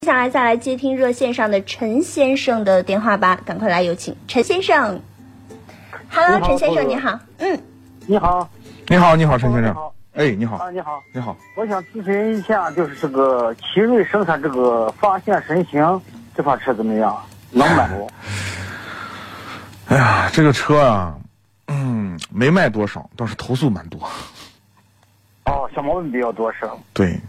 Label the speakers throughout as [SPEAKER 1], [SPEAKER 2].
[SPEAKER 1] 接下来再来接听热线上的陈先生的电话吧，赶快来有请陈先生。Hello，
[SPEAKER 2] 你好
[SPEAKER 1] 陈先
[SPEAKER 2] 郭
[SPEAKER 1] 生
[SPEAKER 2] 主
[SPEAKER 1] 你好，嗯，
[SPEAKER 2] 你好，
[SPEAKER 3] 你好，你好，陈先生
[SPEAKER 2] 你。好
[SPEAKER 3] 哎，你好
[SPEAKER 2] 啊，，你好，
[SPEAKER 3] 你好。
[SPEAKER 2] 我想咨询一下，就是这个奇瑞生产这个发现神行这款车怎么样？能买不？
[SPEAKER 3] 哎呀，这个车啊，嗯，没卖多少，倒是投诉蛮多。
[SPEAKER 2] 哦，小毛病比较多是吧？
[SPEAKER 3] 对，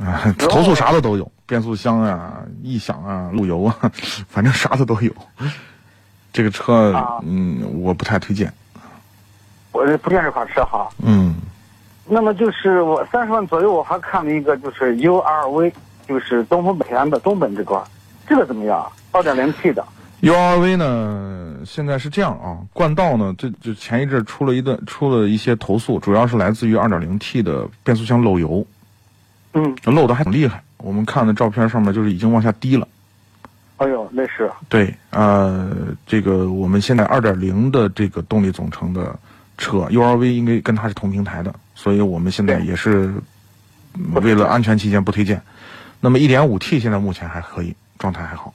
[SPEAKER 3] 啊、
[SPEAKER 2] 哦
[SPEAKER 3] 投诉啥的都有，变速箱啊、异响啊、路由啊， 反正啥的都有。这个车
[SPEAKER 2] 啊，
[SPEAKER 3] 嗯，我不太推荐。
[SPEAKER 2] 我不见这款车哈。
[SPEAKER 3] 嗯，
[SPEAKER 2] 那么就是我三十万左右，我还看了一个就是 URV，就是东风本田的东本这款，这个怎么样？二点零 T 的。
[SPEAKER 3] U R V 呢，现在是这样啊，冠道呢，这就前一阵出了一段出了一些投诉，主要是来自于 2.0T 的变速箱漏油，
[SPEAKER 2] 嗯，
[SPEAKER 3] 漏的还挺厉害。我们看的照片上面就是已经往下滴了。
[SPEAKER 2] 哎呦，那是
[SPEAKER 3] 对，呃，这个我们现在2.0的这个动力总成的车 URV 应该跟它是同平台的，所以我们现在
[SPEAKER 2] 对
[SPEAKER 3] 也是嗯
[SPEAKER 2] 不推
[SPEAKER 3] 为
[SPEAKER 2] 荐
[SPEAKER 3] 了安全起见不推荐。那么 1.5T 现在目前还可以，状态还好，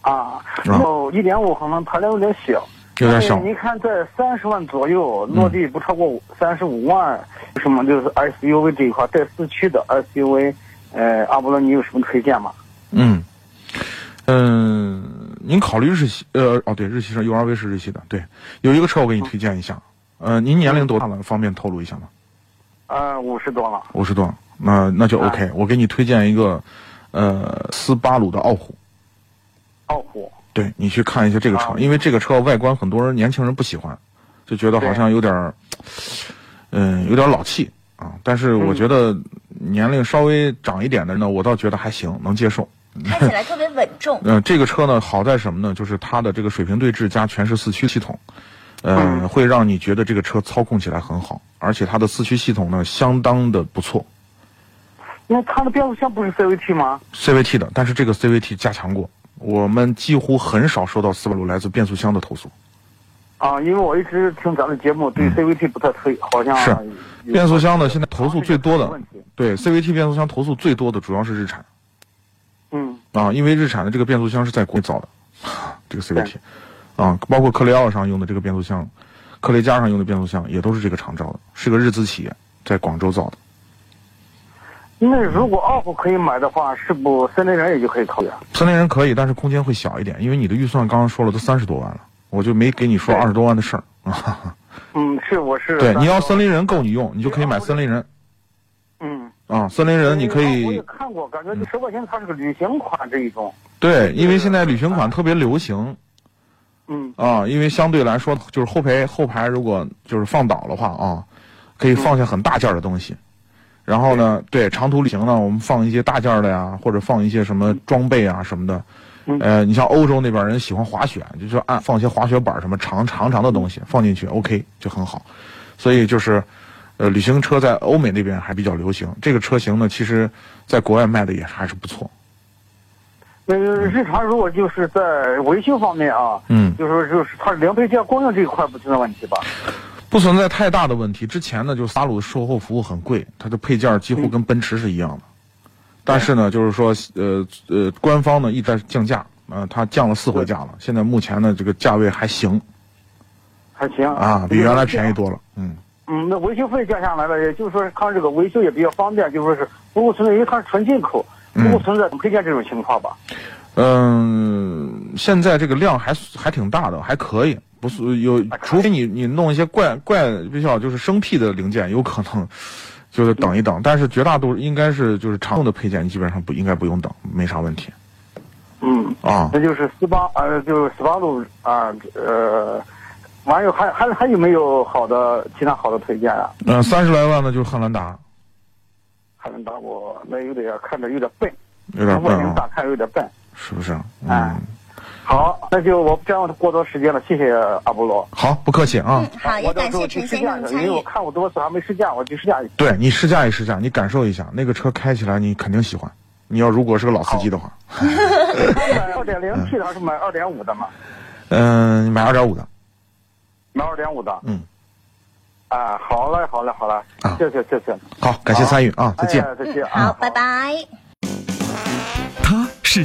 [SPEAKER 2] 啊。然后一点五可能排量有点小，
[SPEAKER 3] 有点嗯小
[SPEAKER 2] 哎。你看，在三十万左右，落地不超过三十五万，有什么就是 SUV 这一块，带四驱的 SUV，呃，阿波罗你有什么推荐吗？
[SPEAKER 3] 嗯，嗯，您考虑日系？呃，哦，对，日系车 URV 是日系的，对，有一个车我给你推荐一下。呃，您年龄多大了？方便透露一下吗？
[SPEAKER 2] 呃，五十多了。
[SPEAKER 3] 五十多，那那就 OK。我给你推荐一个，呃，斯巴鲁的傲虎。
[SPEAKER 2] 傲虎，
[SPEAKER 3] 对你去看一下这个车
[SPEAKER 2] 啊，
[SPEAKER 3] 因为这个车外观很多人年轻人不喜欢，就觉得好像有点儿，嗯，有点老气啊。但是
[SPEAKER 2] 嗯
[SPEAKER 3] 我觉得年龄稍微长一点的呢，我倒觉得还行，能接受。，
[SPEAKER 1] 看起来特别稳重
[SPEAKER 3] 嗯、这个车呢，好在什么呢？就是它的这个水平对置加全时四驱系统，呃，
[SPEAKER 2] 嗯
[SPEAKER 3] 会让你觉得这个车操控起来很好，而且它的四驱系统呢相当的不错
[SPEAKER 2] 那它的变速箱不是 CVT 吗？
[SPEAKER 3] ，CVT 的，但是这个 CVT 加强过，我们几乎很少收到斯巴鲁来自变速箱的投诉。
[SPEAKER 2] 啊，因为我一直听咱们节目，对 CVT 不太推，好像
[SPEAKER 3] 嗯是
[SPEAKER 2] 有
[SPEAKER 3] 变速箱呢，现在投诉最多
[SPEAKER 2] 有
[SPEAKER 3] 的
[SPEAKER 2] 问题，
[SPEAKER 3] 对 CVT 变速箱投诉最多的主要是日产
[SPEAKER 2] 嗯，
[SPEAKER 3] 啊，因为日产的这个变速箱是在国内造的， 这个 CVT
[SPEAKER 2] 对
[SPEAKER 3] 啊，包括克雷奥上用的这个变速箱，克雷嘉上用的变速箱也都是这个厂造的，是个日资企业，在广州造的。
[SPEAKER 2] 那如果傲虎可以买的话，是不森林人也就可以考虑啊？
[SPEAKER 3] 森林人可以，但是空间会小一点，因为你的预算刚刚说了都三十多万了，我就没给你说
[SPEAKER 2] 对
[SPEAKER 3] 二十多万的事儿啊。
[SPEAKER 2] 嗯，是，我是
[SPEAKER 3] 对，你要森林人够你用，你就可以买森林人
[SPEAKER 2] 嗯，
[SPEAKER 3] 啊，森林人你可
[SPEAKER 2] 我也
[SPEAKER 3] 以
[SPEAKER 2] 看过，感觉这十块钱它是个旅行款这一种，
[SPEAKER 3] 对，因为现在旅行
[SPEAKER 2] 啊
[SPEAKER 3] 款特别流行。
[SPEAKER 2] 嗯。
[SPEAKER 3] 啊，因为相对来说，就是后排后排如果就是放倒的话啊，可以放下很大件儿的东西。然后呢，对长途旅行呢，我们放一些大件儿的呀，或者放一些什么装备啊什么的。
[SPEAKER 2] 嗯
[SPEAKER 3] 呃，你像欧洲那边人喜欢滑雪，就是按放一些滑雪板儿什么长长长的东西放进去，OK 就很好。所以就是，呃，旅行车在欧美那边还比较流行。这个车型呢，其实在国外卖的也还是不错。
[SPEAKER 2] 那个呃日常如果就是在维修方面啊，
[SPEAKER 3] 嗯
[SPEAKER 2] 就是说就是它零配件供应这一块不存在问题吧？
[SPEAKER 3] 不存在太大的问题。之前呢，就是萨鲁的售后服务很贵，它的配件儿几乎跟奔驰是一样的。但是呢，就是说，呃呃，官方呢一直在降价，呃，它降了四回价了。现在目前呢，这个价位还行
[SPEAKER 2] 还行
[SPEAKER 3] 啊，比原来便宜。多了。嗯，
[SPEAKER 2] 嗯，那维修费降下来了，也就是说它这个维修也比较方便，就说是不会存在，因为它是纯进口，不会存在零配件这种情况吧？
[SPEAKER 3] 嗯、现在这个量还还挺大的，还可以。不是有，除非你你弄一些怪怪比较就是生僻的零件，有可能就是等一等。但是绝大多数应该是就是常用的配件，基本上不应该不用等，没啥问题
[SPEAKER 2] 嗯，
[SPEAKER 3] 啊。
[SPEAKER 2] 那就是斯巴呃，就是斯巴鲁啊，呃，完有还还还有没有好的其他好的推荐啊？
[SPEAKER 3] 嗯、三十来万的就是汉兰达，
[SPEAKER 2] 汉兰达我那有点看着有点笨，
[SPEAKER 3] 有点
[SPEAKER 2] 外
[SPEAKER 3] 笨
[SPEAKER 2] 形
[SPEAKER 3] 啊
[SPEAKER 2] 咋，看有点笨。
[SPEAKER 3] 是不是？嗯，
[SPEAKER 2] 哎好，那就我不占用过多时间了，谢谢阿波罗。
[SPEAKER 3] 好，不客气啊。
[SPEAKER 1] 嗯，好，也
[SPEAKER 2] 我到
[SPEAKER 1] 感
[SPEAKER 2] 时候
[SPEAKER 1] 谢
[SPEAKER 2] 去
[SPEAKER 1] 陈
[SPEAKER 2] 试
[SPEAKER 1] 先
[SPEAKER 2] 驾
[SPEAKER 1] 生
[SPEAKER 2] 一
[SPEAKER 1] 的
[SPEAKER 2] 下，
[SPEAKER 1] 参
[SPEAKER 2] 因为我
[SPEAKER 1] 与。
[SPEAKER 2] 看哎过多次还没试驾，我去试驾一下。
[SPEAKER 3] 对你试驾一试驾，你感受一下那个车开起来，你肯定喜欢。你要如果是个老司机的话，
[SPEAKER 2] 买
[SPEAKER 1] 嗯
[SPEAKER 2] 二点零 T 的还是买二点五的嘛？
[SPEAKER 3] 嗯、你买二点五的，
[SPEAKER 2] 买二点五的。
[SPEAKER 3] 嗯。
[SPEAKER 2] 啊，好嘞，好嘞，好嘞
[SPEAKER 3] 啊，
[SPEAKER 2] 谢谢，谢谢。
[SPEAKER 3] 好，感谢参与啊，再见。
[SPEAKER 2] 哎呀再见啊，
[SPEAKER 1] 嗯好，拜拜。
[SPEAKER 4] 它是